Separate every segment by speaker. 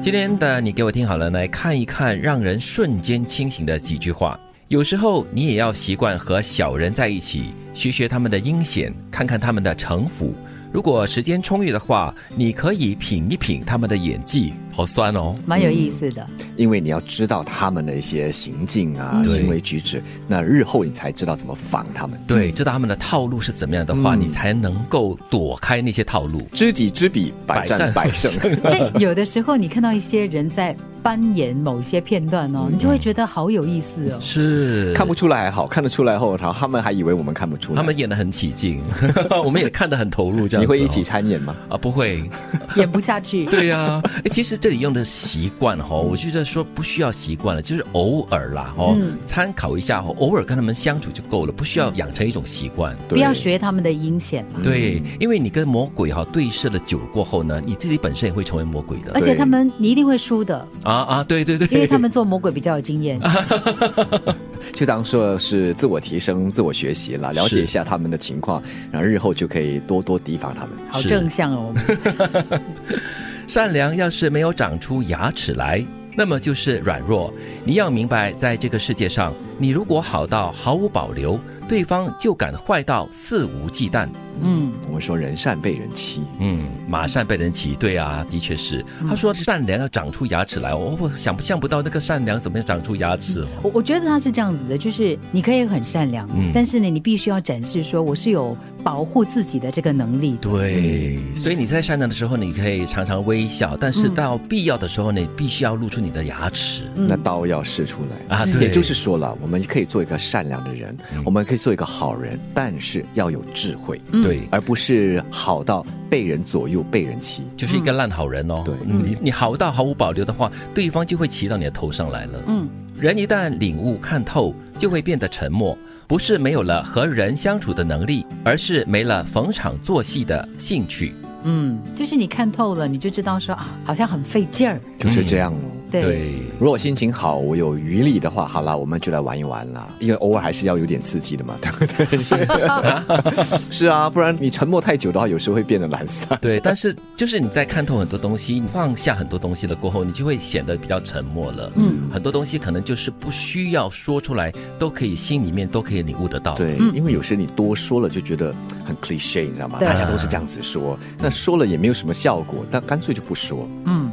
Speaker 1: 今天的你给我听好了，来看一看让人瞬间清醒的几句话。有时候你也要习惯和小人在一起，学学他们的阴险，看看他们的城府。如果时间充裕的话，你可以品一品他们的演技，好酸哦。
Speaker 2: 蛮有意思
Speaker 1: 嗯
Speaker 2: 的。
Speaker 3: 因为你要知道他们的一些行径啊、
Speaker 2: 嗯
Speaker 1: 对
Speaker 3: 行为举止，那日后你才知道怎么防他们。
Speaker 1: 对，知道他们的套路是怎么样的话，
Speaker 3: 嗯
Speaker 1: 你才能够躲开那些套路。
Speaker 3: 知己知彼，百战百胜。
Speaker 2: 但哎有的时候你看到一些人在扮演某些片段
Speaker 1: 嗯
Speaker 2: 哦，你就会觉得好有意思哦。
Speaker 1: 是，
Speaker 3: 看不出来还好，看得出来后，然后他们还以为我们看不出来。
Speaker 1: 他们演得很起 劲，我们也看得很投入，这样子
Speaker 3: 你
Speaker 1: 哦、
Speaker 3: 会一起参演吗？
Speaker 1: 啊？不会，
Speaker 2: 演不下 去。
Speaker 1: 对呀、哎，其实这里用的习惯哈、哦，我就在说不需要习惯了，就是偶尔啦哦，
Speaker 2: 嗯
Speaker 1: 参考一下哦，偶尔跟他们相处就够了，不需要养成一种习惯。
Speaker 2: 不要学他们的阴险嘛。
Speaker 1: 对，因为你跟魔鬼哈、对视了久过后呢，你自己本身也会成为魔鬼的
Speaker 2: 而且他们你一定会输的，
Speaker 1: 啊啊！对对对，
Speaker 2: 哎
Speaker 1: 啊
Speaker 2: 因为他们做魔鬼比较有经验。
Speaker 3: 就当说是自我提升、自我学习了，了解一下他们的情况，然后日后就可以多多提防他们。
Speaker 2: 好
Speaker 1: 是
Speaker 2: 正 向哦，我们
Speaker 1: 善良要是没有长出牙齿来，那么就是软弱。你要明白，在这个世界上，你如果好到毫无保留，对方就敢坏到肆无忌惮。
Speaker 2: 嗯，
Speaker 3: 我们说人善被人欺，
Speaker 1: 嗯，马上被人骑，对啊，的确是。他说善良要长出牙齿来，我我想不想不到那个善良怎么长出牙齿哦。
Speaker 2: 我我觉得他是这样子的，就是你可以很善良，
Speaker 1: 嗯
Speaker 2: 但是呢，你必须要展示说我是有保护自己的这个能力。
Speaker 1: 对，所以你在善良的时候，你可以常常微笑，但是到必要的时候，你必须要露出你的牙齿
Speaker 3: 那刀要试出来。
Speaker 1: 嗯啊。对，嗯
Speaker 3: 也就是说了，我们可以做一个善良的人，我们可以做一个好人，但是要有智慧，
Speaker 1: 对，
Speaker 3: 而不是好到被人左右、被人欺。
Speaker 1: 就是一个烂好人哦。
Speaker 3: 对
Speaker 1: 你你好到毫无保留的话，对方就会骑到你的头上来了。
Speaker 2: 嗯，
Speaker 1: 人一旦领悟看透，就会变得沉默，不是没有了和人相处的能力，而是没了逢场作戏的兴趣。
Speaker 2: 嗯，就是你看透了，你就知道说啊，好像很费劲儿。
Speaker 3: 就是这样哦。
Speaker 2: 对，
Speaker 3: 如果心情好，我有余力的话，好啦，我们就来玩一玩啦，因为偶尔还是要有点刺激的嘛，对 不对？是是啊，不然你沉默太久的话，有时候会变得懒散。
Speaker 1: 对，但是就是你在看透很多东西，你放下很多东西了过后，你就会显得比较沉默了。
Speaker 2: 嗯，
Speaker 1: 很多东西可能就是不需要说出来，都可以心里面都可以领悟得到。，
Speaker 3: 对，嗯因为有时你多说了就觉得很 cliche，你知道吗？
Speaker 2: 对
Speaker 3: 大家都是这样子说，那说了也没有什么效果，那干脆就不说。
Speaker 2: 嗯，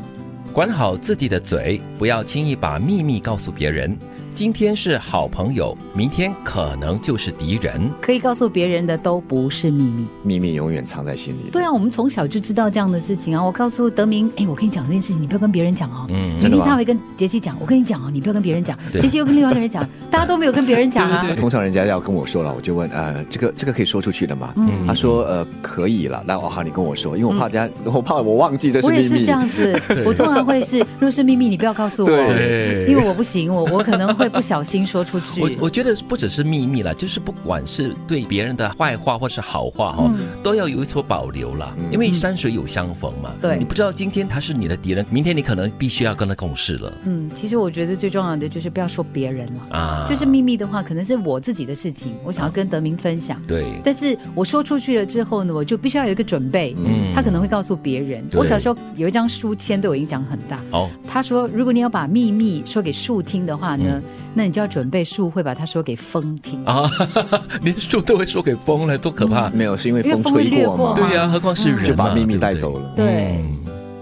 Speaker 1: 管好自己的嘴，不要轻易把秘密告诉别人。今天是好朋友，明天可能就是敌人。
Speaker 2: 可以告诉别人的都不是秘密。
Speaker 3: 秘密永远藏在心里。
Speaker 2: 对啊，我们从小就知道这样的事情啊。我告诉德明，哎，我跟你讲这件事情，你不要跟别人讲哦。
Speaker 1: 嗯
Speaker 2: 明
Speaker 3: 真的
Speaker 2: 天
Speaker 3: 吗
Speaker 2: 他会跟杰西讲，我跟你讲哦，你不要跟别人讲。
Speaker 1: 对
Speaker 2: 杰西又跟另外一个人讲，大家都没有跟别人讲啊。
Speaker 1: 对对
Speaker 3: 通常人家要跟我说了，我就问，呃，这个这个可以说出去的吗？
Speaker 2: 嗯
Speaker 3: 他说，呃，可以了。那我好，你跟我说，因为我怕人家，我怕我忘记这是
Speaker 2: 我
Speaker 3: 秘
Speaker 2: 也
Speaker 3: 密。
Speaker 2: 是这样子，我通常会是，若是秘密，你不要告诉我，
Speaker 3: 对
Speaker 2: 因为我不行，我我可能会不小心说出去。
Speaker 1: 我我觉得不只是秘密了，就是不管是对别人的坏话或是好话哈、
Speaker 2: 嗯
Speaker 1: 都要有所保留啦，因为山水有相逢嘛。
Speaker 2: 对
Speaker 1: 你不知道今天他是你的敌人，明天你可能必须要跟他共事了
Speaker 2: 嗯，其实我觉得最重要的就是不要说别人了，
Speaker 1: 啊。
Speaker 2: 就是秘密的话，可能是我自己的事情，我想要跟德明分享。
Speaker 1: 对，
Speaker 2: 但是我说出去了之后呢，我就必须要有一个准备，
Speaker 1: 嗯
Speaker 2: 他可能会告诉别人。
Speaker 1: 对
Speaker 2: 我小时候有一张书签对我影响很大，
Speaker 1: 哦，
Speaker 2: 他说如果你要把秘密说给树听的话
Speaker 1: 嗯
Speaker 2: 呢，那你就要准备树会把它说给风听。
Speaker 1: 啊， 连树都会说给风了，多可怕！
Speaker 2: 嗯
Speaker 3: 没有，是因为
Speaker 2: 因为
Speaker 3: 风
Speaker 2: 风会
Speaker 3: 吹
Speaker 2: 掠
Speaker 3: 过
Speaker 2: 过
Speaker 3: 嘛，
Speaker 2: 嘛
Speaker 1: 对呀、何况是人、嘛，
Speaker 3: 就把秘密
Speaker 1: 对不嗯
Speaker 3: 带
Speaker 1: 对
Speaker 3: 走了。
Speaker 2: 嗯对。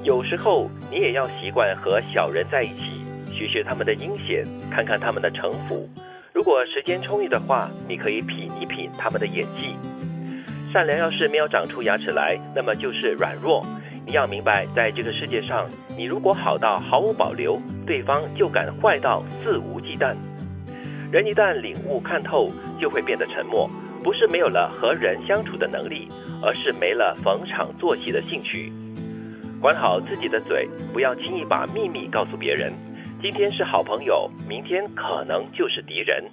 Speaker 4: 有时候你也要习惯和小人在一起，学学他们的阴险，看看他们的城府。如果时间充裕的话，你可以品一品他们的演技。善良要是没有长出牙齿来，那么就是软弱。你要明白，在这个世界上，你如果好到毫无保留，对方就敢坏到肆无忌惮。人一旦领悟看透，就会变得沉默，不是没有了和人相处的能力，而是没了逢场作戏的兴趣。管好自己的嘴，不要轻易把秘密告诉别人。今天是好朋友，明天可能就是敌人。